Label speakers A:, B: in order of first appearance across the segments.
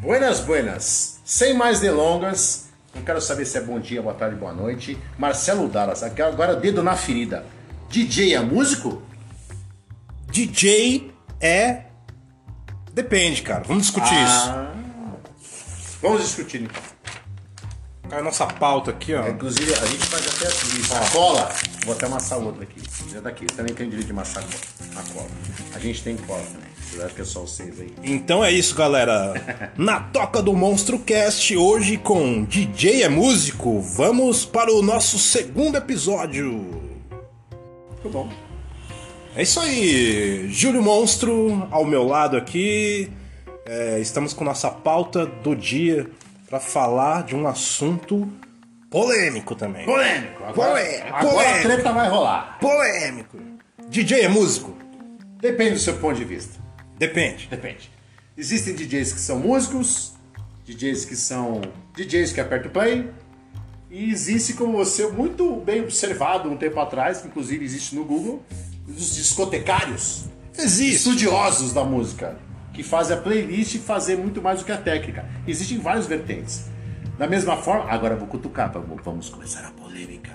A: Buenas, buenas. Sem mais delongas, eu quero saber se é bom dia, boa tarde, boa noite. Marcelo Dallas, agora dedo na ferida. DJ é músico?
B: DJ é. Depende, cara. Vamos discutir isso.
A: Ah. Vamos discutir. então.
B: Cara, a nossa pauta aqui, ó.
A: Inclusive, a gente faz até assim, sacola. Vou até amassar outra aqui. Já daqui. Eu também tenho direito de amassar cola. a cola. A gente tem cola também. Apesar que é só vocês aí.
B: Então é isso, galera. Na toca do Monstro Cast, hoje com DJ é músico, vamos para o nosso segundo episódio.
A: Muito bom.
B: É isso aí, Júlio Monstro ao meu lado aqui. É, estamos com nossa pauta do dia para falar de um assunto polêmico também.
A: Polêmico. Agora,
B: Polêmico.
A: agora a treta vai rolar.
B: Polêmico. DJ é músico?
A: Depende do seu ponto de vista.
B: Depende.
A: Depende. Existem DJs que são músicos, DJs que são DJs que apertam o play. E existe, como você muito bem observado um tempo atrás, que inclusive existe no Google, os discotecários,
B: Existe.
A: estudiosos da música, que fazem a playlist e fazem muito mais do que a técnica. Existem vários vertentes. Da mesma forma, agora eu vou cutucar, vamos- vamos começar a polêmica.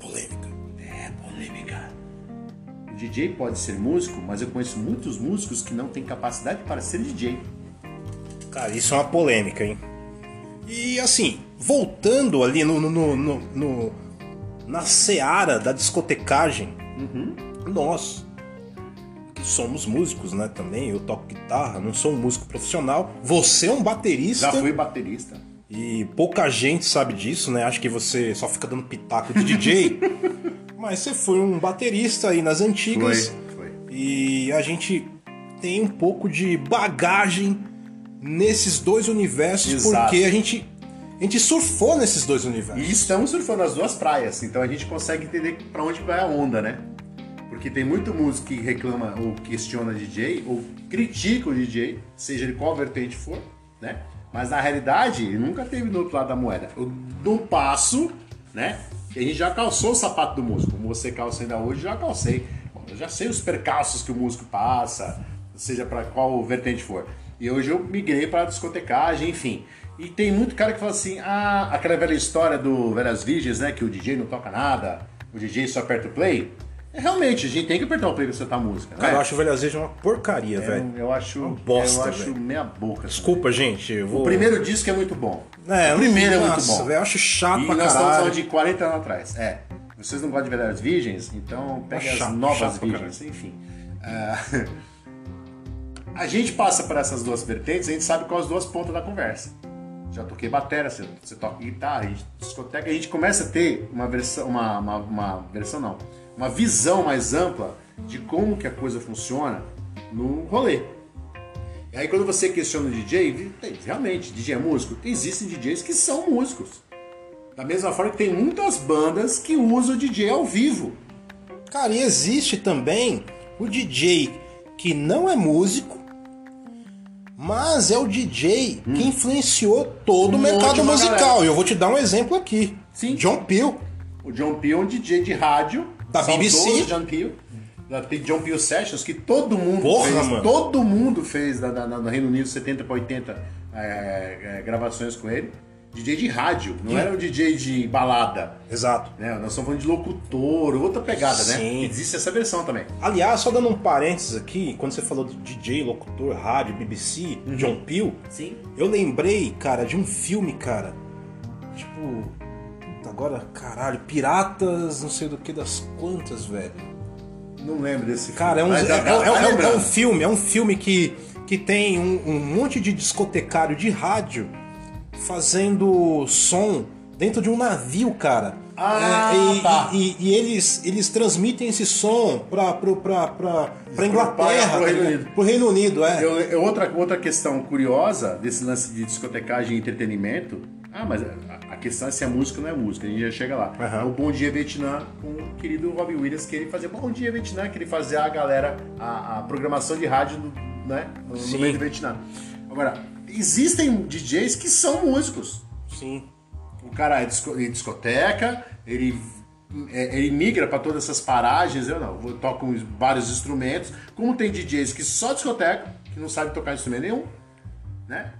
B: Polêmica.
A: É polêmica. O DJ pode ser músico, mas eu conheço muitos músicos que não têm capacidade para ser DJ.
B: Cara, isso é uma polêmica, hein? E assim, voltando ali no, no- no- no- no- na seara da discotecagem,
A: Uhum.
B: nós que somos músicos, né? Também eu toco guitarra, não sou um músico profissional. Você é um baterista
A: Já fui baterista.
B: e pouca gente sabe disso, né? Acho que você só fica dando pitaco de DJ. Mas você foi um baterista aí nas antigas.
A: foi.
B: E a gente tem um pouco de bagagem nesses dois universos,
A: Exato.
B: porque a gente, a gente surfou nesses dois universos.
A: E estamos surfando as duas praias, então a gente consegue entender pra onde vai a onda, né? Porque tem muito músico que reclama ou questiona DJ, ou critica o DJ, seja de qual vertente for, né? Mas na realidade, ele nunca teve do outro lado da moeda. O- Do passo, né? Que a gente já calçou o sapato do músico. Como você calça ainda hoje, eu já calcei. Bom, Eu já sei os percalços que o músico passa, seja pra qual vertente for. E hoje eu migrei pra discotecagem, enfim. E tem muito cara que fala assim, ah, aquela velha história do Velhas Virgens, né? Que o DJ não toca nada, o DJ só aperta o play. É, realmente, a gente tem que apertar o play pra soltar a música, né?
B: Cara, eu acho o Velhas Virgens uma porcaria, velho. É
A: eu, eu acho.
B: Uma bosta,
A: eu acho
B: velho.
A: meia boca. assim.
B: Desculpa, gente. Eu vou...
A: O primeiro disco é muito bom.
B: É,
A: o primeiro é muito
B: nossa,
A: bom.
B: velho, eu acho chato
A: E
B: pra
A: nós estamos
B: caralho.
A: falando de 40 anos atrás. É. Vocês não gostam de velhas virgens? Então pegue
B: Chato,
A: as
B: chato
A: novas
B: pra
A: virgens, enfim. Ah, a gente passa por essas duas vertentes, a gente sabe quais as duas pontas da conversa. Já toquei batera, você, você toca guitarra, a gente discoteca, a gente começa a ter uma versão, uma, uma, uma versão não, uma visão mais ampla de como que a coisa funciona no rolê. E aí quando você questiona o DJ, diz, "Tem, realmente, DJ é músico? Existem DJs que são músicos. Da mesma forma que tem muitas bandas que usam o DJ ao vivo.
B: Cara, e existe também o DJ que não é músico, mas é o DJ que influenciou todo
A: Hum. Um
B: o mercado
A: monte, uma
B: musical.
A: galera.
B: E eu vou te dar um exemplo aqui.
A: Sim.
B: John Peel.
A: O John Peel é um DJ de rádio.
B: Da
A: saudoso
B: BBC.
A: John Peel. Da P- John Peel Sessions, que todo mundo
B: Porra,
A: fez.
B: mano.
A: Todo mundo fez da- da- da- no Reino Unido 70 para 80 é, é, gravações com ele. DJ de rádio, não era um DJ de balada.
B: Exato.
A: né? Nós estamos falando de locutor, outra pegada, né?
B: Sim.
A: Existe essa versão também.
B: Aliás, só dando um parênteses aqui, quando você falou de DJ, locutor, rádio, BBC, John Peel,
A: Sim.
B: eu lembrei, cara, de um filme, cara. Tipo, puta, agora, caralho, Piratas, não sei do que das quantas, velho.
A: Não lembro desse
B: Cara, é um,
A: filme, mas
B: é,
A: dá- dá-
B: é- é-
A: vai
B: é um-
A: lembrar.
B: é um filme, é um filme que, que tem um, um monte de discotecário de rádio fazendo som dentro de um navio, cara. É,
A: Ah,
B: e,
A: tá.
B: e- e- e eles, eles transmitem esse som pra, pro- pra, pra, pra
A: Para-
B: Inglaterra,
A: pro Reino
B: né?
A: Unido.
B: pro Reino Unido, é.
A: Eu- eu- outra, outra questão curiosa desse lance de discotecagem e entretenimento. Ah, mas a, a questão é se é música ou não é música, a gente já chega lá.
B: Aham.
A: É O Bom Dia Vietnã com o querido Robbie Williams, que ele fazia Bom Dia Vietnã, que ele fazia a galera, a, a programação de rádio do, né, no, no
B: Sim.
A: meio do Vietnã. Agora, existem DJs que são músicos.
B: Sim.
A: O cara é disco- em discoteca, ele, é- ele migra para todas essas paragens, eu não, eu toco uns- vários instrumentos. Como tem DJs que só discoteca, que não sabe tocar instrumento nenhum, né?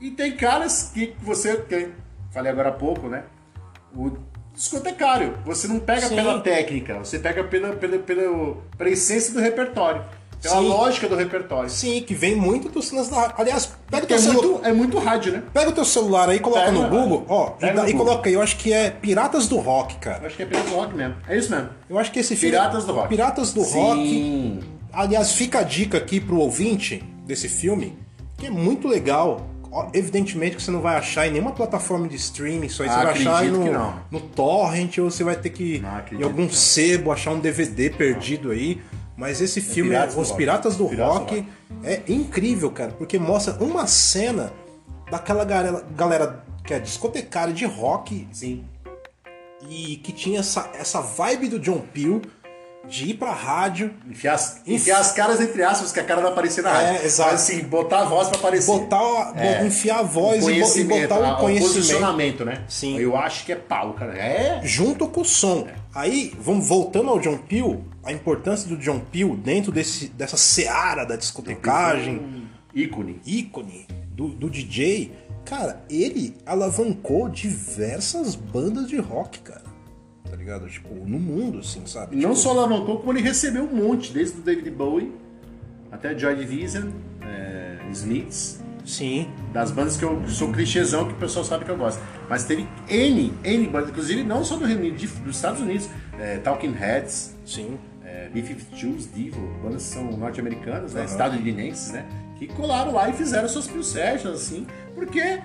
A: E tem caras que você, que falei agora há pouco, né? O discotecário. Você não pega
B: Sim.
A: pela técnica, você pega pela, pela, pela, pela essência do repertório, pela
B: Sim.
A: lógica do repertório.
B: Sim, que vem muito dos sinais da. Aliás, pega o
A: Porque é
B: teu, celu-
A: muito, é muito rádio, né?
B: pega o teu celular aí, coloca
A: Pega,
B: no
A: mano.
B: Google, ó, e,
A: Pega
B: da-
A: no
B: e
A: Google.
B: coloca aí, eu acho que é Piratas do Rock, cara.
A: Eu acho que é Piratas do Rock mesmo. É isso mesmo.
B: Eu acho que esse filme. é
A: Piratas do Rock.
B: Piratas do Rock.
A: Sim.
B: Aliás, fica a dica aqui pro ouvinte desse filme, que é muito legal. Ó, Evidentemente que você não vai achar em nenhuma plataforma de streaming, só aí você
A: Ah,
B: vai achar aí
A: acredito
B: no,
A: que não.
B: no torrent ou você vai ter que
A: Não,
B: em
A: acredito
B: algum
A: que não.
B: sebo achar um DVD perdido aí. Mas esse filme,
A: É Piratas do
B: Os
A: Rock.
B: Piratas do
A: Piratas do
B: Rock, é incrível, cara, porque mostra uma cena daquela garela- galera que é discotecária de rock
A: Sim.
B: e que tinha essa, essa vibe do John Peel de ir pra rádio
A: Enfiar as, enfiar as caras entre aspas, que a cara não aparecia na
B: É,
A: rádio.
B: exato.
A: Mas, assim, botar a voz pra aparecer.
B: botar, bo- enfiar a voz e, bo- e
A: É. conhecimento,
B: botar
A: a-
B: o conhecimento
A: posicionamento, né?
B: Sim.
A: Eu acho que é pau, cara. É.
B: junto com o som. Aí, vamos voltando ao John Peel, a importância do John Peel dentro desse, dessa seara da discotecagem,
A: Um Ícone.
B: ícone do, do DJ. Cara, ele alavancou diversas bandas de rock, cara. Tá ligado? Tipo, no mundo, assim, sabe?
A: Não
B: Tipo,
A: só alavancou, como ele recebeu um monte, desde o David Bowie até Joy Division, é, Smiths,
B: Sim.
A: das bandas que eu sou clichêzão, que o pessoal sabe que eu gosto. Mas teve N, N bandas, inclusive não só do Reino Unido, de- dos Estados Unidos. É, Talking Heads,
B: Sim.
A: é, B-52s, Devil, bandas que são norte-americanas, né,
B: Aham.
A: estadunidenses, né? Que colaram lá e fizeram suas Peel Sessions, assim, porque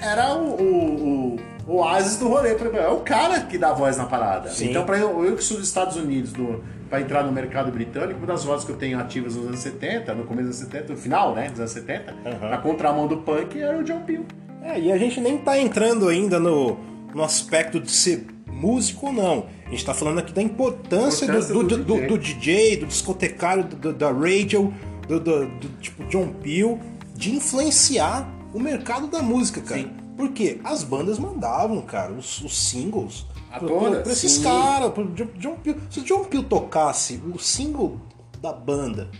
A: era o, o, o, o oásis do rolê. pra- É o cara que dá voz na parada.
B: Sim.
A: Então, pra eu, eu que sou dos Estados Unidos, do, pra entrar no mercado britânico, uma das vozes que eu tenho ativas nos anos 70, no começo dos anos 70, no final, né, dos anos 70,
B: Aham.
A: na contramão do punk, era o John Peel.
B: É, e a gente nem tá entrando ainda no, no aspecto de ser músico ou não. A gente tá falando aqui da importância, do-
A: Importância
B: do,
A: do
B: do,
A: DJ.
B: do- do DJ, do discotecário, do- do- da radio, do, do- do tipo John Peel, de influenciar o mercado da música, cara.
A: Sim.
B: Porque as bandas mandavam, cara, os, os singles
A: A
B: pra,
A: toda?
B: pra- pra esses
A: Sim.
B: caras, pro John, John Peel. um Se o John Peel tocasse o single da banda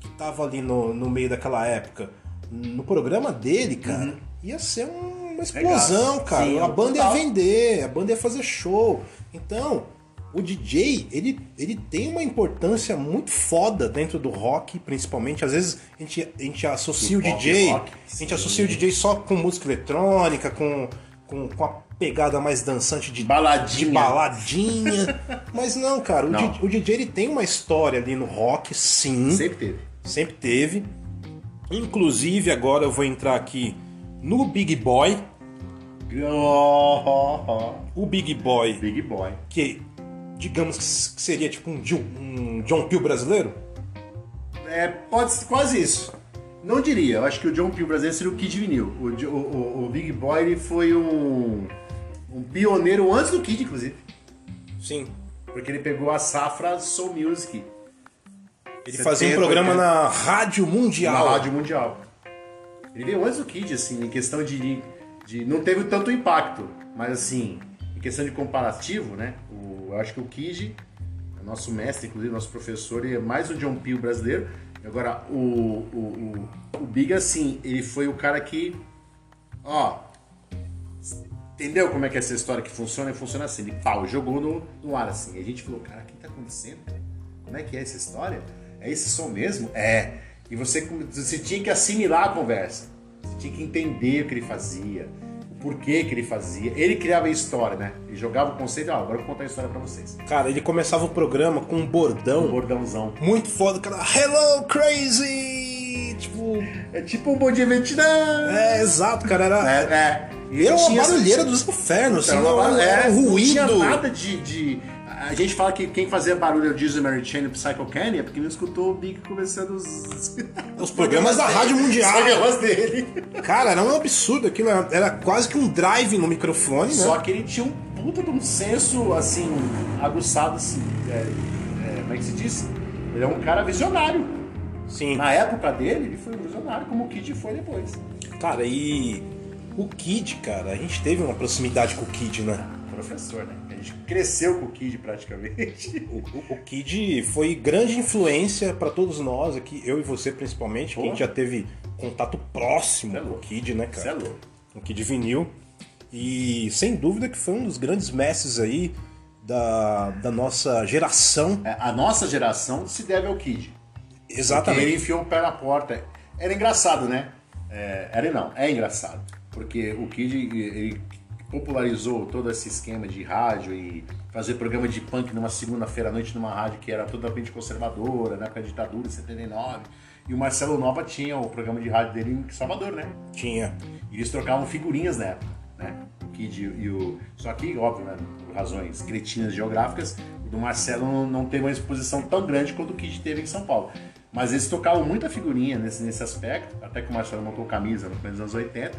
B: que tava ali no, no meio daquela época, no programa dele, cara, ia ser um- uma explosão,
A: Legal.
B: cara.
A: Uhum. Sim,
B: a banda ia
A: total.
B: vender, a banda ia fazer show. Então, o DJ, ele, ele tem uma importância muito foda dentro do rock, principalmente. Às vezes a gente, a gente associa
A: Do
B: o
A: pop
B: DJ,
A: rock,
B: a gente associa o DJ só com música eletrônica, com, com, com a pegada mais dançante de de
A: Baladinha.
B: baladinha. Mas não, cara, o,
A: Não.
B: DJ, o DJ ele tem uma história ali no rock, sim.
A: Sempre teve.
B: Sempre teve. Inclusive, agora eu vou entrar aqui no Big Boy.
A: Oh, oh, oh.
B: O Big Boy,
A: Big Boy.
B: que digamos que s- que seria tipo um, Gil- um John Peel brasileiro.
A: É, pode ser quase isso. Não diria, eu acho que o John Peel brasileiro seria o Kid Vinil. O, Jo- o- o- o Big Boy ele foi um, um pioneiro antes do Kid, inclusive.
B: Sim.
A: Porque ele pegou a safra Soul Music
B: Ele
A: 70,
B: fazia um programa
A: 80.
B: na Rádio
A: na
B: Mundial.
A: Rádio Mundial. Ele veio antes do Kid, assim, em questão de, de. Não teve tanto impacto, mas assim, em questão de comparativo, né? o- eu acho que o Kid, é nosso mestre, inclusive, nosso professor, e é mais o John Peel brasileiro. Agora, o, o, o, o Big, assim, ele foi o cara que. Ó. Entendeu como é que é essa história que funciona? Funciona assim, ele pau, jogou no, no ar assim. E a gente falou, cara, o que tá acontecendo? Como é que é essa história? É esse som mesmo? É. E você, com- você tinha que assimilar a conversa. Você tinha que entender o que ele fazia, o porquê que ele fazia. Ele criava a história, né? Ele jogava o conceito, ó, agora eu vou contar a história pra vocês.
B: Cara, ele começava o programa com um bordão
A: Um bordãozão.
B: muito foda, cara. Hello, crazy! Tipo,
A: É tipo um bom dia Vietnã!
B: é exato, cara. Era,
A: É, é. E
B: era uma
A: tinha essa-
B: barulheira dos infernos,
A: Então,
B: assim, não,
A: ela-
B: era
A: é,
B: um
A: não
B: ruído.
A: tinha nada de, de- A gente fala que quem fazia barulho é o Disney Mary Chain e o Psycho Kenny é porque não escutou o Big começando os.
B: Os programas da Rádio Mundial.
A: Os programas dele.
B: Cara, era um absurdo aquilo, era, era quase que um drive no microfone, né?
A: Só que ele tinha um puta de um senso, assim, aguçado, assim. é, é, como é que se diz? Ele é um cara visionário.
B: Sim.
A: Na época dele, ele foi um visionário, como o Kid foi depois.
B: Cara, e o Kid, cara, a gente teve uma proximidade com o Kid, né?
A: Professor, né? gente cresceu com o Kid praticamente.
B: O, o- o Kid foi grande influência pra todos nós aqui, eu e você principalmente, que a gente
A: Porra.
B: já teve contato próximo
A: Cê é
B: com o
A: louco.
B: Kid, né,
A: Você é
B: cara?
A: louco.
B: O Kid vinil. E sem dúvida que foi um dos grandes mestres aí da, da nossa geração.
A: É, A nossa geração se deve ao Kid. Porque
B: Exatamente.
A: Ele enfiou o pé na porta. Era engraçado, né? É, era não, é engraçado. Porque o Kid ele popularizou todo esse esquema de rádio e fazer programa de punk numa segunda-feira à noite numa rádio que era totalmente conservadora, na época da ditadura, em 79. E o Marcelo Nova tinha o programa de rádio dele em Salvador, né?
B: Tinha.
A: E eles trocavam figurinhas na época, né? O Kid e o. Só que, óbvio, né? Por razões cretinas geográficas, o do Marcelo não- não teve uma exposição tão grande quanto o Kid teve em São Paulo. Mas eles trocavam muita figurinha nesse, nesse aspecto, até que o Marcelo montou camisa no começo dos anos 80.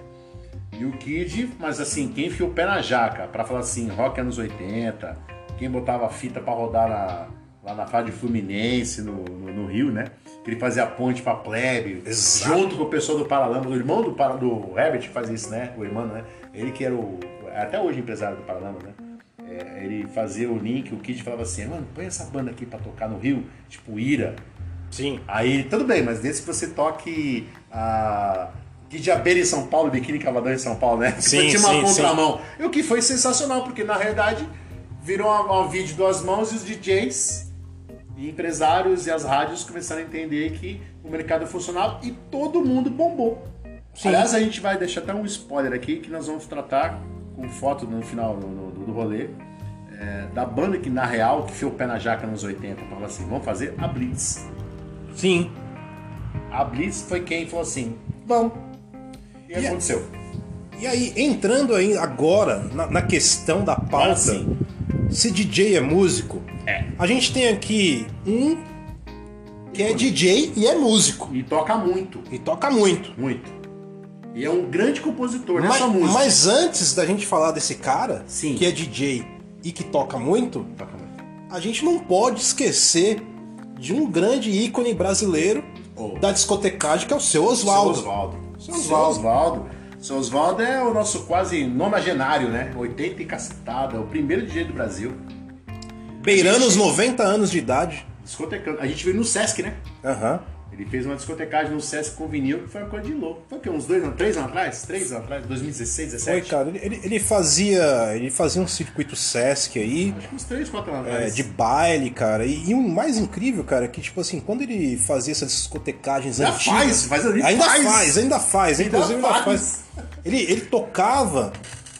A: E o Kid, mas assim, quem enfiou o pé na jaca pra falar assim, rock anos 80, quem botava a fita pra rodar na- lá na fase de Fluminense, no, no- no Rio, né? Que ele fazia a ponte pra plebe,
B: Exato.
A: junto com o pessoal do Paralamas, o irmão do, Para- do Herbert que fazia isso, né? O irmão, né? Ele que era o. Até hoje empresário do Paralamas, né? É, ele fazia o link, o Kid falava assim, mano, põe essa banda aqui pra tocar no Rio, tipo Ira,
B: Sim.
A: Aí, tudo bem, mas desde que você toque a. Que diabeira em São Paulo, biquíni cavador em São Paulo, né?
B: Sim,
A: tinha uma
B: sim,
A: contramão. E o que foi sensacional, porque na realidade virou um, um vídeo duas mãos e os DJs e empresários e as rádios começaram a entender que o mercado funcionava e todo mundo bombou.
B: Sim.
A: Aliás, a gente vai deixar até um spoiler aqui que nós vamos tratar com foto no final do, do- do rolê é, da banda que, na real, que fez o pé na jaca nos 80, falou assim: vamos fazer a Blitz.
B: Sim.
A: A Blitz foi quem falou assim, vamos. E, é
B: E-
A: aconteceu.
B: E aí, entrando aí agora na, na questão da pauta,
A: Agora sim.
B: se DJ é músico,
A: É.
B: a gente tem aqui um que é DJ e é músico.
A: E toca muito,
B: E toca muito.
A: muito. E é um grande compositor
B: Mas,
A: nessa música.
B: mas antes da gente falar desse cara,
A: Sim.
B: que é DJ e que toca muito,
A: Toca muito.
B: a gente não pode esquecer de um grande ícone brasileiro
A: Oh.
B: da discotecagem, que é o seu
A: Seu
B: Oswaldo.
A: Osvaldo.
B: Seu
A: Seu
B: Osvaldo.
A: Osvaldo. Seu Osvaldo é o nosso quase nonagenário, né? 80 e cacetada, o primeiro DJ do Brasil.
B: Beirando os 90 anos de idade.
A: Discotecando. A gente veio no Sesc, né?
B: Aham.
A: Ele fez uma discotecagem no Sesc com vinil, que foi uma coisa de louco. Foi o quê? Uns dois anos, três anos atrás? Três anos atrás? 2016,
B: Foi,
A: 2017?
B: cara, ele- ele, ele fazia. Ele fazia um circuito Sesc aí,
A: Acho que uns três, quatro anos
B: é,
A: atrás.
B: de baile, cara. E, e o mais incrível, cara, é que, tipo assim, quando ele fazia essas discotecagens
A: Ainda
B: antigas.
A: faz, faz ali,
B: ainda faz.
A: faz.
B: ainda faz,
A: Ainda
B: inclusive ainda faz.
A: faz.
B: Ele, ele tocava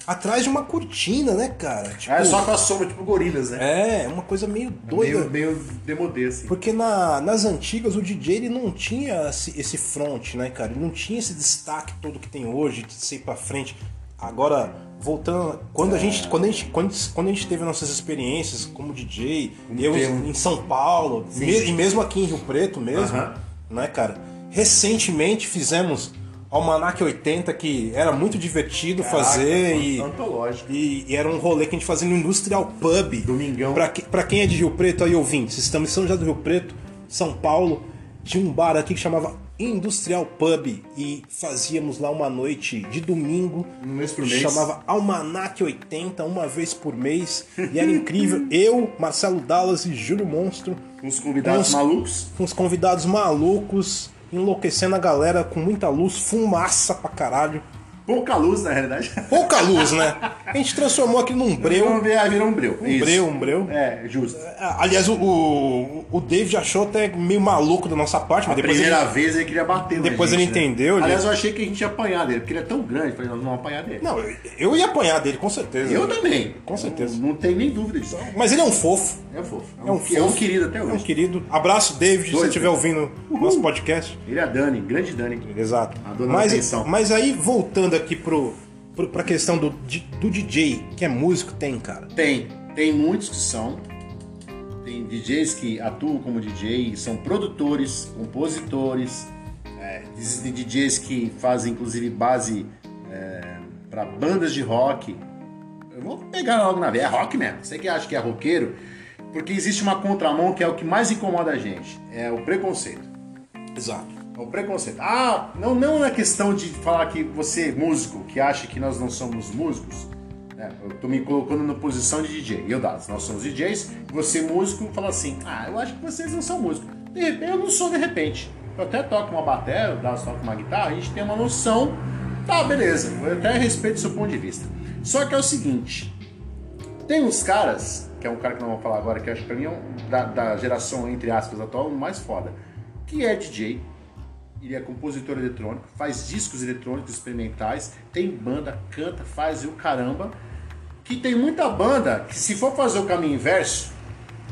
B: atrás de uma cortina, né, cara? Tipo,
A: É, só com a sombra, tipo gorilas, né?
B: é, uma coisa meio doida.
A: Meio, meio demodê, assim.
B: Porque na- nas antigas o DJ ele não tinha esse, esse front, né, cara? Ele não tinha esse destaque todo que tem hoje, de ser pra frente. Agora, voltando. Quando, a gente, quando, a gente, quando, quando a gente teve nossas experiências como DJ, eu
A: tempo.
B: em São Paulo,
A: Sim.
B: me- e mesmo aqui em Rio Preto mesmo,
A: Aham.
B: né, cara? Recentemente fizemos Almanac 80, que era muito divertido
A: Caraca,
B: fazer.
A: mano,
B: e-
A: Antológico.
B: e, e era um rolê que a gente fazia no Industrial Pub.
A: Domingão.
B: Pra, que- pra quem é de Rio Preto aí, ouvintes, estamos em São José do Rio Preto, São Paulo. Tinha um bar aqui que chamava Industrial Pub. E fazíamos lá uma noite de domingo.
A: Um mês por mês.
B: Chamava Almanac 80, uma vez por mês. E era incrível. Eu, Marcelo Dallas e Júlio Monstro,
A: Uns convidados
B: Uns-
A: malucos.
B: com os convidados malucos, enlouquecendo a galera com muita luz, fumaça pra caralho.
A: Pouca luz, na realidade.
B: Pouca luz, né? A gente transformou aqui num breu.
A: Virou- ah, virou um breu.
B: Um
A: isso.
B: breu, um breu.
A: É, justo.
B: Ah, Aliás, o, o, o David achou até meio maluco da nossa parte, mas
A: A
B: depois
A: primeira
B: ele...
A: vez ele queria bater na
B: Depois
A: gente,
B: ele
A: né?
B: entendeu, ele-
A: Aliás, eu achei que a gente ia apanhar dele, porque ele é tão grande. Falei, nós não vamos apanhar dele.
B: Não, eu ia apanhar dele, com certeza.
A: Eu também.
B: Com certeza.
A: Não, não tem nem dúvida disso.
B: Mas ele é um fofo.
A: É fofo.
B: É um,
A: é um
B: fofo.
A: querido até hoje.
B: É um querido. Abraço, David, se
A: Dois,
B: você estiver
A: né?
B: ouvindo o nosso podcast.
A: Ele é a Dani, grande Dani.
B: Exato.
A: A dona da
B: Mas,
A: pensão.
B: mas aí, voltando aqui pro, pro, pra questão do, di- do DJ, que é músico, tem, cara.
A: Tem, tem muitos que são. Tem DJs que atuam como DJ, são produtores, compositores. É, existem DJs que fazem inclusive base para bandas de rock. Eu vou pegar logo na veia, é rock mesmo. Você que acha que é roqueiro, porque existe uma contramão que é o que mais incomoda a gente, é o preconceito.
B: Exato.
A: É o preconceito. é Ah, não, não na questão de falar que você, músico, que acha que nós não somos músicos, né? Eu tô me colocando na posição de DJ. Eu, Dados, nós somos DJs, você músico, fala assim, ah, eu acho que vocês não são músicos. De repente, eu não sou de repente. Eu até toco uma bateria, o Dados toca uma guitarra, a gente tem uma noção, tá, beleza. Eu até respeito seu ponto de vista. Só que é o seguinte, tem uns caras, que é um cara que não vou falar agora, que eu acho que pra mim é um, da, da geração, entre aspas, atual, o mais foda, que é DJ, ele é compositor eletrônico, faz discos eletrônicos experimentais, tem banda, canta, faz e o caramba. Que tem muita banda que, se for fazer o caminho inverso,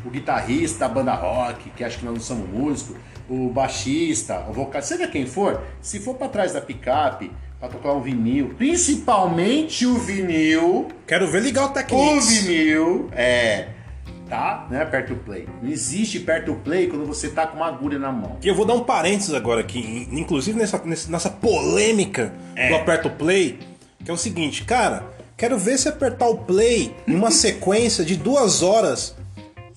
A: o guitarrista da banda rock, que acho que nós não somos músico, o baixista, o vocalista, seja quem for, se for para trás da picape, para tocar um vinil, principalmente o vinil,
B: Quero ver ligar o
A: o
B: Technics.
A: vinil, é, tá? Né? Perto do play. Não existe perto do play quando você tá com uma agulha na mão.
B: E eu vou dar um parênteses agora aqui, in- inclusive nessa, nesse- nessa polêmica do aperto play, que é o seguinte, cara, quero ver se apertar o play em uma sequência de duas horas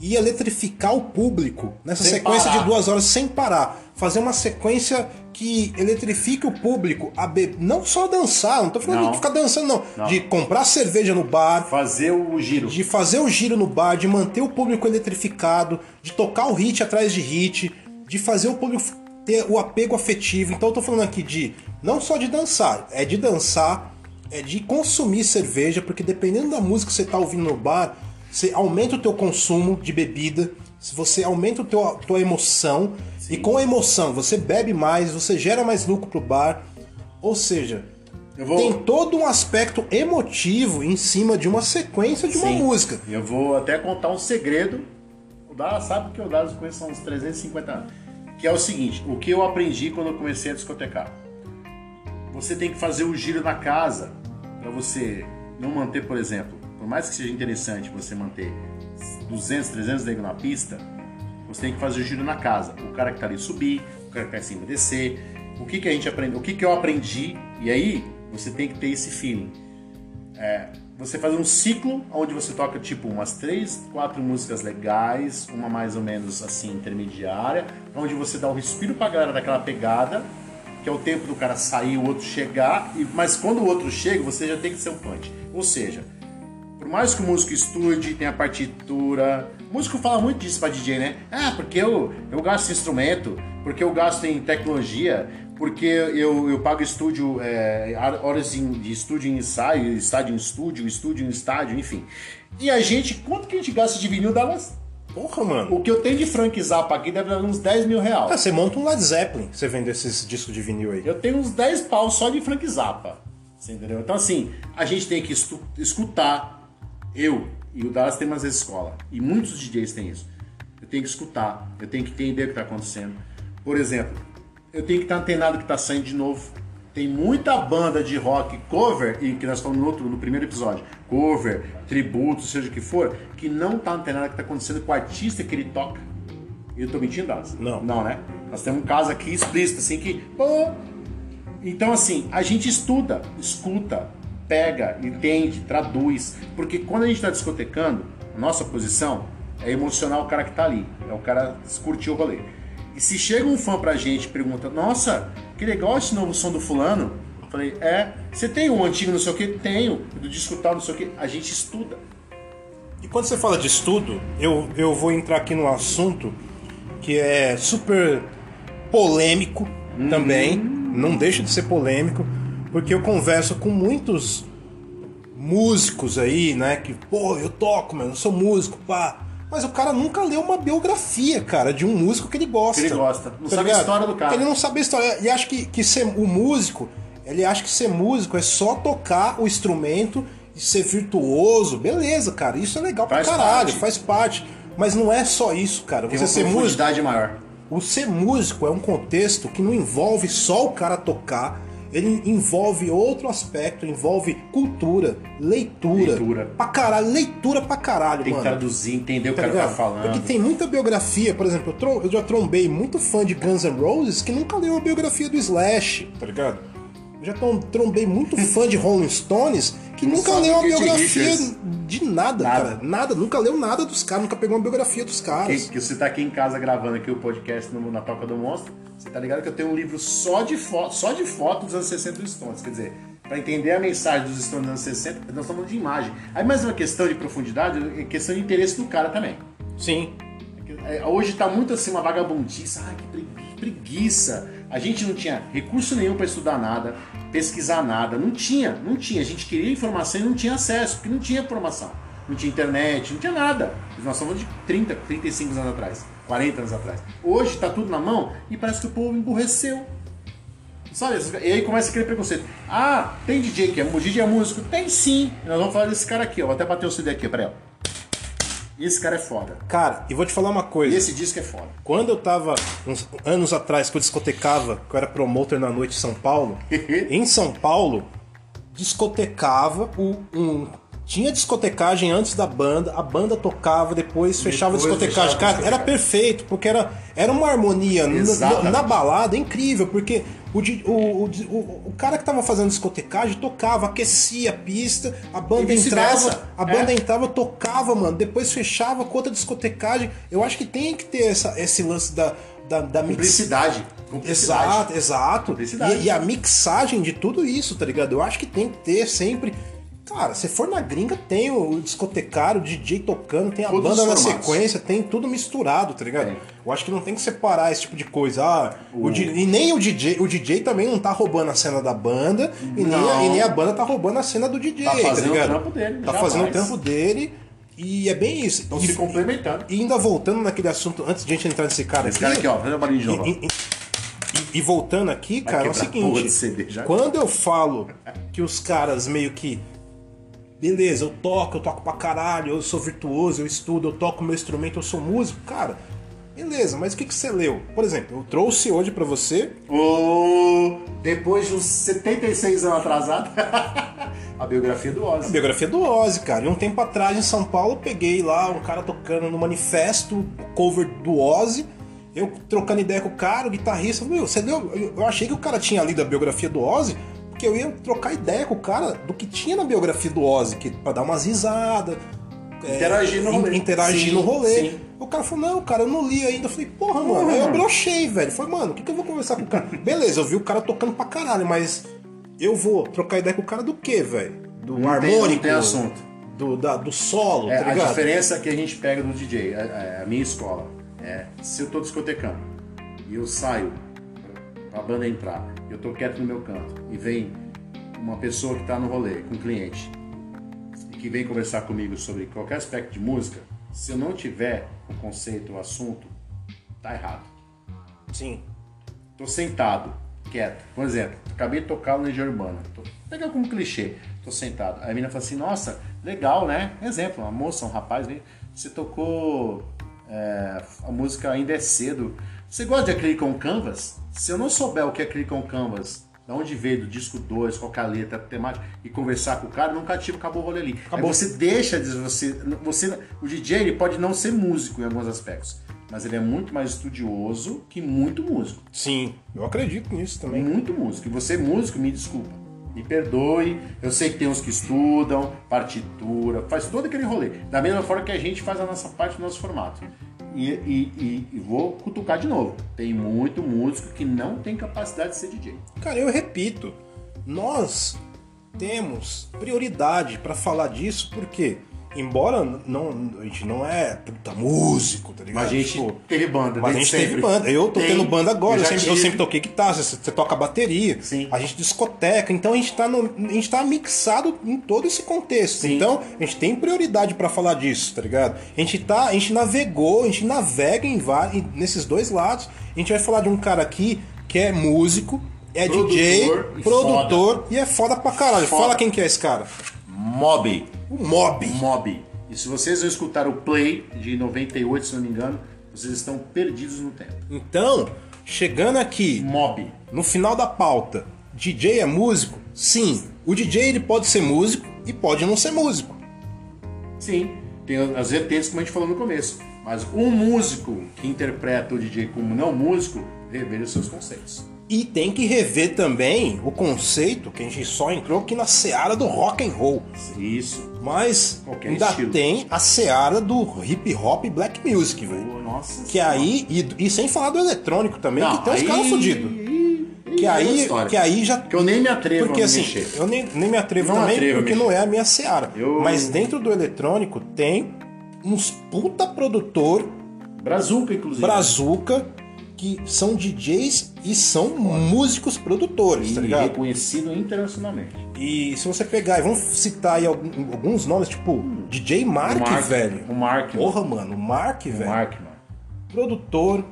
B: e eletrificar o público nessa
A: Sem
B: sequência
A: parar.
B: de duas horas sem parar. Fazer uma sequência que eletrifique o público a be... não só dançar, não tô falando
A: Não.
B: de ficar dançando, não.
A: Não.
B: De comprar cerveja no bar,
A: Fazer o giro.
B: de fazer o giro no bar, de manter o público eletrificado, de tocar o hit atrás de hit, de fazer o público ter o apego afetivo. Então eu tô falando aqui de não só de dançar, é de dançar, é de consumir cerveja, porque dependendo da música que você tá ouvindo no bar, você aumenta o teu consumo de bebida, se você aumenta o teu a tua emoção e com a emoção você bebe mais, você gera mais lucro pro bar. Ou seja,
A: Eu vou-
B: tem todo um aspecto emotivo em cima de uma sequência de uma
A: Sim.
B: música.
A: Eu vou até contar um segredo. O Dara sabe que o Dara conhece são uns 350 anos. Que é o seguinte: o que eu aprendi quando eu comecei a discotecar. Você tem que fazer o giro na casa para você não manter, por exemplo, por mais que seja interessante você manter 200, 300 nego na pista, você tem que fazer o giro na casa. O cara que tá ali subir, o cara que tá em cima descer. O que que a gente aprende? O que que eu aprendi? E aí você tem que ter esse feeling você faz um ciclo onde você toca tipo umas três, quatro músicas legais, uma mais ou menos assim intermediária, onde você dá um respiro pra galera daquela pegada, que é o tempo do cara sair, o outro chegar, e, mas quando o outro chega, você já tem que ser um punch. Ou seja, por mais que o músico estude, tenha partitura. O músico fala muito disso pra DJ, né? Ah, porque eu, eu gasto em instrumento, porque eu gasto em tecnologia, porque eu, eu pago estúdio, é, horas em- de estúdio em ensaio, estádio em estúdio, estúdio em estádio, enfim. E a gente, quanto que a gente gasta de vinil dá umas-
B: Porra, mano.
A: O que eu tenho de Frank Zappa aqui deve dar uns 10 mil
B: Ah,
A: reais.
B: você monta um Led Zeppelin, você vende esses discos de vinil aí.
A: Eu tenho uns 10 pau só de Frank Zappa. Você entendeu? Então, assim, a gente tem que estu- escutar. Eu e o Dallas temos essa escola. E muitos DJs têm isso. Eu tenho que escutar. Eu tenho que entender o que está acontecendo. Por exemplo, eu tenho que estar antenado que está saindo de novo. Tem muita banda de rock cover, e que nós falamos no outro, no primeiro episódio, cover, tributo, seja o que for, que não tá antenado que está acontecendo com o artista que ele toca. Eu tô mentindo, Dallas?
B: Não.
A: Não, né? Nós temos um caso aqui explícito, assim, que, pô, então, assim, a gente estuda, escuta, pega, entende, traduz. Porque quando a gente está discotecando, a nossa posição é emocionar o cara que tá ali. É o cara que curtiu o rolê. E se chega um fã pra gente e pergunta, nossa, que legal esse novo som do fulano. Eu falei, é, você tem um antigo não sei o que? Tenho, do disco tal não sei o que. A gente estuda.
B: E quando você fala de estudo, eu, eu vou entrar aqui num assunto que é super polêmico também. Não deixa de ser polêmico, porque eu converso com muitos músicos aí, né? Que, pô, eu toco, mano, eu sou músico, pá. Mas o cara nunca leu uma biografia, cara, de um músico que ele gosta. Tá
A: Que ele gosta. Não sabe a
B: ligado?
A: história do cara.
B: Ele não sabe a história. Ele acha que, que ser o músico, ele acha que ser músico é só tocar o instrumento e ser virtuoso. Beleza, cara, isso é legal
A: Faz
B: pra caralho,
A: parte.
B: faz parte. Mas não é só isso, cara.
A: Tem
B: Você ser
A: uma
B: músico.
A: profundidade maior.
B: O ser músico é um contexto que não envolve só o cara tocar, ele envolve outro aspecto, envolve cultura, leitura.
A: Leitura.
B: Pra caralho, leitura pra caralho,
A: Tem que
B: mano.
A: traduzir, entender o
B: Tá
A: cara que tá
B: ligado? Porque
A: falando.
B: tem muita biografia, por exemplo, eu, trom- eu já trombei muito fã de Guns N' Roses que nunca leu a biografia do Slash, tá ligado? Eu já trom- trombei muito fã de Rolling Stones que
A: Não
B: nunca
A: sabe
B: leu a
A: Keith
B: biografia
A: Richards.
B: de nada,
A: Nada.
B: cara. Nada, nunca leu nada dos caras, nunca pegou uma biografia dos
A: Que,
B: caras.
A: que você tá aqui em casa gravando aqui o podcast no- na Toca do Monstro, você tá ligado que eu tenho um livro só de, fo só de foto dos anos 60 dos Stones. Quer dizer, Pra entender a mensagem dos Stones dos anos 60, nós estamos falando de imagem. Aí mais uma questão de profundidade, é questão de interesse do cara também.
B: Sim.
A: É, Hoje tá muito assim uma vagabundice. Ah, que pregui- preguiça. A gente não tinha recurso nenhum para estudar nada, pesquisar nada. Não tinha, não tinha. A gente queria informação e não tinha acesso, porque não tinha informação. Não tinha internet, não tinha nada. Nós estamos falando de 30, 35 anos atrás, 40 anos atrás. Hoje tá tudo na mão e parece que o povo emburreceu. Sabe? essas- E aí começa aquele preconceito. Ah, tem DJ que é, mu- DJ é músico? Tem sim. Nós vamos falar desse cara aqui, ó. Vou até bater o CD aqui, peraí. ó. Esse cara é foda.
B: Cara, e vou te falar uma coisa.
A: Esse disco é foda.
B: Quando eu tava, uns anos atrás, que eu discotecava, que eu era promotor na noite em São Paulo, em São Paulo, discotecava o, um. Tinha discotecagem antes da banda, a banda tocava, depois fechava
A: Depois
B: a discotecagem.
A: fechava a
B: Cara, era perfeito, porque era, era uma harmonia na- na,
A: Exatamente.
B: na balada incrível, porque o, di- o, o, o- o cara que tava fazendo discotecagem tocava, aquecia a pista, a banda
A: E vice-versa.
B: entrava, a
A: É.
B: banda entrava, tocava, mano. Depois fechava com outra discotecagem. Eu acho que tem que ter essa, esse lance da, da, da mix-
A: Publicidade. Publicidade.
B: Exato, exato.
A: Publicidade.
B: E, e a mixagem de tudo isso, tá ligado? Eu acho que tem que ter sempre. Cara, se for na gringa, tem o discotecário, o DJ tocando, tem a
A: Todos
B: banda
A: os
B: na
A: formatos.
B: sequência, tem tudo misturado, tá ligado?
A: Tem.
B: Eu acho que não tem que separar esse tipo de coisa. Ah, o di- e nem o DJ, o DJ também não tá roubando a cena da banda, e nem, a,
A: Não.
B: e nem a banda tá roubando a cena do DJ,
A: Tá fazendo o
B: ligado?
A: trampo dele,
B: Tá
A: jamais.
B: fazendo o tempo dele. E é bem isso.
A: Estão
B: e,
A: Então, se complementando.
B: e ainda voltando naquele assunto, antes de a gente entrar nesse cara
A: Esse cara aqui, ó, fazer o barulho de novo.
B: e, e- e- e voltando aqui,
A: Vai
B: cara, é o
A: quebrar a porra
B: seguinte.
A: do CD já.
B: Quando eu falo que os caras meio que. Beleza, eu toco, eu toco pra caralho, eu sou virtuoso, eu estudo, eu toco meu instrumento, eu sou músico, cara. Beleza, mas o que, que você leu? Por exemplo, eu trouxe hoje pra você.
A: Ô, depois de uns 76 anos atrasado, a biografia do
B: A
A: Ozzy.
B: biografia do Ozzy, cara. E um tempo atrás em São Paulo eu peguei lá um cara tocando no manifesto, cover do Ozzy. Eu trocando ideia com o cara, o guitarrista, meu, você leu? Eu eu achei que o cara tinha lido a biografia do Ozzy, porque eu ia trocar ideia com o cara do que tinha na biografia do Ozzy, que, pra dar umas risadas. é,
A: Interagir no
B: in-
A: rolê.
B: Interagir
A: Sim,
B: no rolê.
A: sim.
B: O cara falou, não, cara, eu não li ainda. Eu falei, porra, mano, aí eu brochei, velho. Falei, mano, o que, que eu vou conversar com o cara? Beleza, eu vi o cara tocando pra caralho, mas eu vou trocar ideia com o cara do quê, velho? Do
A: Não tem-
B: harmônico?
A: não tem assunto.
B: Do, da- do solo,
A: É,
B: tá
A: a
B: ligado?
A: diferença que a gente pega do DJ, a, a- a minha escola, é se eu tô discotecando e eu saio pra banda entrar, eu tô quieto no meu canto e vem uma pessoa que tá no rolê com um cliente e que vem conversar comigo sobre qualquer aspecto de música, se eu não tiver o conceito, o assunto, tá errado.
B: Sim.
A: Tô sentado, quieto. Por exemplo, acabei de tocar o Legião Urbana. Tô, pega como clichê. Tô sentado. Aí a menina fala assim, nossa, legal, né? Exemplo, uma moça, um rapaz, vem. Você tocou é, a música Ainda é Cedo. Você gosta de Acrylic on Canvas? Se eu não souber o que é Acrylic on Canvas, da onde veio, do disco 2, qual que é a letra, a temática, e conversar com o cara, não cativo, acabou o rolê ali. Aí
B: Acabou.
A: você deixa de... Você, você, o DJ ele pode não ser músico em alguns aspectos, mas ele é muito mais estudioso que muito músico.
B: Sim. Eu acredito nisso também.
A: Muito músico. E você, músico, me desculpa. Me perdoe. Eu sei que tem uns que estudam, partitura, faz todo aquele rolê. Da mesma forma que a gente faz a nossa parte do nosso formato. E, e- e- e vou cutucar de novo. Tem muito músico que não tem capacidade de ser DJ.
B: Cara, eu repito, nós temos prioridade pra falar disso, porque, embora não, a gente não é puta músico, tá ligado?
A: Mas a gente
B: Tipo,
A: teve banda.
B: Mas a
A: desde
B: gente
A: sempre.
B: teve banda. Eu tô
A: Tem.
B: tendo banda agora. Eu,
A: já
B: sempre, eu
A: tive.
B: sempre toquei guitarra, você, você toca bateria.
A: Sim.
B: A gente discoteca. Então a gente tá, no- a gente tá mixado em todo esse contexto.
A: Sim.
B: Então a gente tem prioridade pra falar disso, tá ligado? A gente, tá, a gente navegou, a gente navega em, va- em- nesses dois lados. A gente vai falar de um cara aqui que é músico, é
A: Produtor
B: DJ,
A: e
B: produtor e é foda pra caralho.
A: Foda.
B: Fala quem que é esse cara.
A: Mob.
B: O Mob.
A: Mob. E se vocês não escutaram o Play de 98, se não me engano, vocês estão perdidos no tempo.
B: Então, chegando aqui.
A: Mob.
B: No final da pauta, DJ é músico? Sim, o DJ ele pode ser músico e pode não ser músico.
A: Sim, tem as vertentes como a gente falou no começo. Mas um músico que interpreta o DJ como não músico reveja os seus conceitos.
B: E tem que rever também o conceito que a gente só entrou aqui na seara do rock and roll.
A: Isso.
B: Mas
A: Qualquer
B: ainda
A: estilo.
B: tem a seara do hip hop e black music, velho.
A: Nossa
B: Que aí, e, e sem falar do eletrônico também, que tem uns caras fudidos.
A: fudidos.
B: que
A: é outra
B: aí,
A: história.
B: que aí já
A: Que eu nem me atrevo
B: porque
A: a me
B: assim,
A: mexer.
B: eu nem, nem me atrevo
A: Não
B: também,
A: atrevo a
B: porque
A: mexer.
B: não é a minha seara.
A: Eu-
B: Mas dentro do eletrônico tem uns puta produtor
A: Brazuca, inclusive.
B: brazuca que são DJs e são músicos produtores,
A: E
B: tá ligado?
A: reconhecido internacionalmente.
B: E se você pegar, e vamos citar aí algum- alguns nomes, tipo DJ Mark,
A: o Mark,
B: velho.
A: O Mark. mano.
B: Porra, mano, Mark,
A: O
B: velho.
A: Mark, mano.
B: Produtor.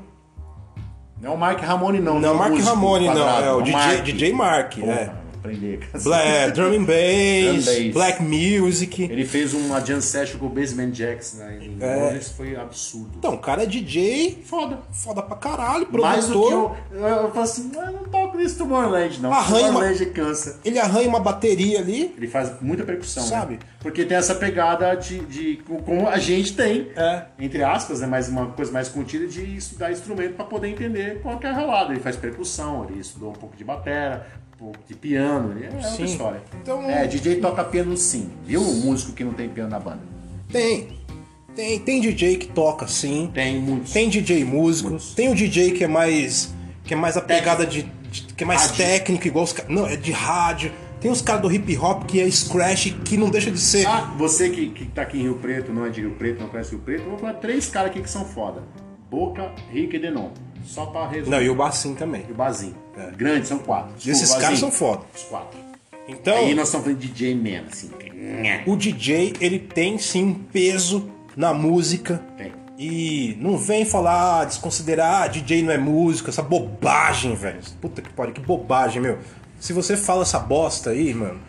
A: Não é o Mark Ramone, não.
B: Não,
A: o
B: Mark
A: músico
B: Ramone, não.
A: quadrado,
B: É o DJ Mark,
A: Mark.
B: DJ Mark
A: Porra,
B: é.
A: mano, aprender, cara.
B: Bla- é, Drum and Bass,
A: Drum and Bass.
B: Black Music.
A: Ele fez uma jam session com o Basement Jacks né, em
B: É.
A: Londres, foi absurdo.
B: Então, o cara é DJ,
A: Foda.
B: foda pra caralho,
A: Mais do que um-
B: produtor.
A: eu. Eu, eu falo assim, "Ah, não toco nesse Tomorrowland, não.
B: Arranha uma-
A: Tomorrowland é cansa.
B: Ele arranha uma bateria ali.
A: Ele faz muita percussão, né?
B: Sabe?
A: Porque tem essa pegada de, de- como a gente tem,
B: É.
A: entre aspas, né? Mas uma coisa mais contida de estudar instrumento para poder entender qual que é a rolada. Ele faz percussão, ele estudou um pouco de batera, um pouco de piano, ele é outra
B: Sim.
A: história.
B: Então-
A: É, DJ toca piano sim, viu? O músico que não tem piano na banda.
B: Tem. Tem, tem DJ que toca sim.
A: Tem muitos.
B: Tem DJ músico. Tem o DJ que é mais. que é mais a pegada de, de- que é mais
A: Rádio.
B: técnico, igual os caras. Não, é de rádio. Tem os caras do hip hop que é scratch, que não deixa de ser.
A: Ah, você que, que tá aqui em Rio Preto, não é de Rio Preto, não conhece Rio Preto, eu vou falar três caras aqui que são foda. Boca, Rick e Denon. Só pra resumir.
B: Não, e o Bassin também.
A: E o Bazinho. Grande, são quatro. Desculpa,
B: Esses
A: Bazinho.
B: caras são foda.
A: Os quatro.
B: Então,
A: Aí nós estamos falando de DJ mesmo, assim.
B: o DJ, ele tem sim um peso na música.
A: Tem.
B: E não vem falar, desconsiderar, ah, DJ não é música, essa bobagem, velho. Puta que pariu, que bobagem, meu. Se você fala essa bosta aí, mano,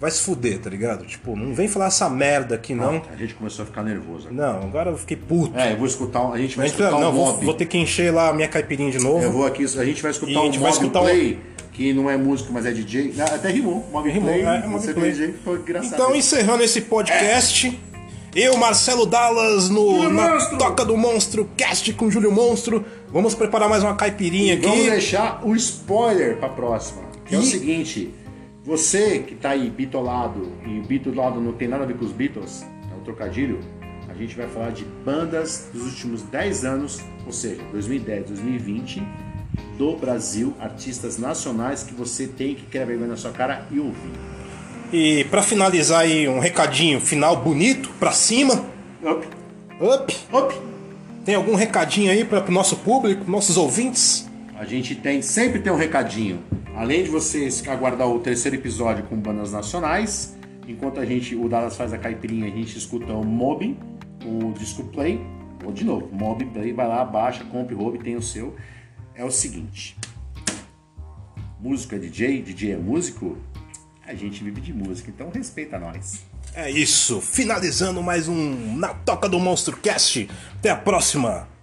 B: vai se fuder, tá ligado? Tipo, não vem falar essa merda aqui, não.
A: A gente começou a ficar nervoso. agora.
B: Não, agora eu fiquei puto.
A: É, eu vou escutar. um- A gente vai
B: Mas,
A: escutar
B: não,
A: um
B: vou,
A: mob.
B: vou ter que encher lá a minha caipirinha de novo.
A: Eu vou aqui, a gente vai escutar
B: E a gente
A: um
B: vai
A: mob
B: escutar um-
A: play, que não é músico, mas é DJ. Ah, Até rimou. Mob
B: Rimou,
A: play,
B: é, mob
A: você
B: play.
A: tem DJ, foi engraçado.
B: Então, encerrando esse podcast, eu, Marcelo Dallas, no,
A: Júlio
B: na
A: Monstro.
B: Toca do Monstro Cast com Júlio Monstro. Vamos preparar mais uma caipirinha aqui.
A: Vamos deixar o spoiler pra próxima. Que É o
B: E-
A: seguinte, você que tá aí bitolado, e bitolado não tem nada a ver com os Beatles, é um trocadilho, a gente vai falar de bandas dos últimos 10 anos, ou seja, 2010, 2020, do Brasil, artistas nacionais que você tem que quer vergonha na sua cara e ouvir.
B: E pra finalizar aí um recadinho final bonito pra cima.
A: Up,
B: Up.
A: up.
B: Tem algum recadinho aí para pro nosso público, nossos ouvintes?
A: A gente tem sempre tem um recadinho. Além de vocês aguardar o terceiro episódio com bandas nacionais, enquanto a gente o Dallas faz a caipirinha, a gente escuta o Mob, o Disco Play, ou de novo, Mob Play, vai lá, baixa, compre, roube, tem o seu. É o seguinte. Músico é DJ, DJ é músico. A gente vive de música, então respeita nós.
B: É isso. Finalizando mais um Na Toca do Monstro Cast. Até a próxima.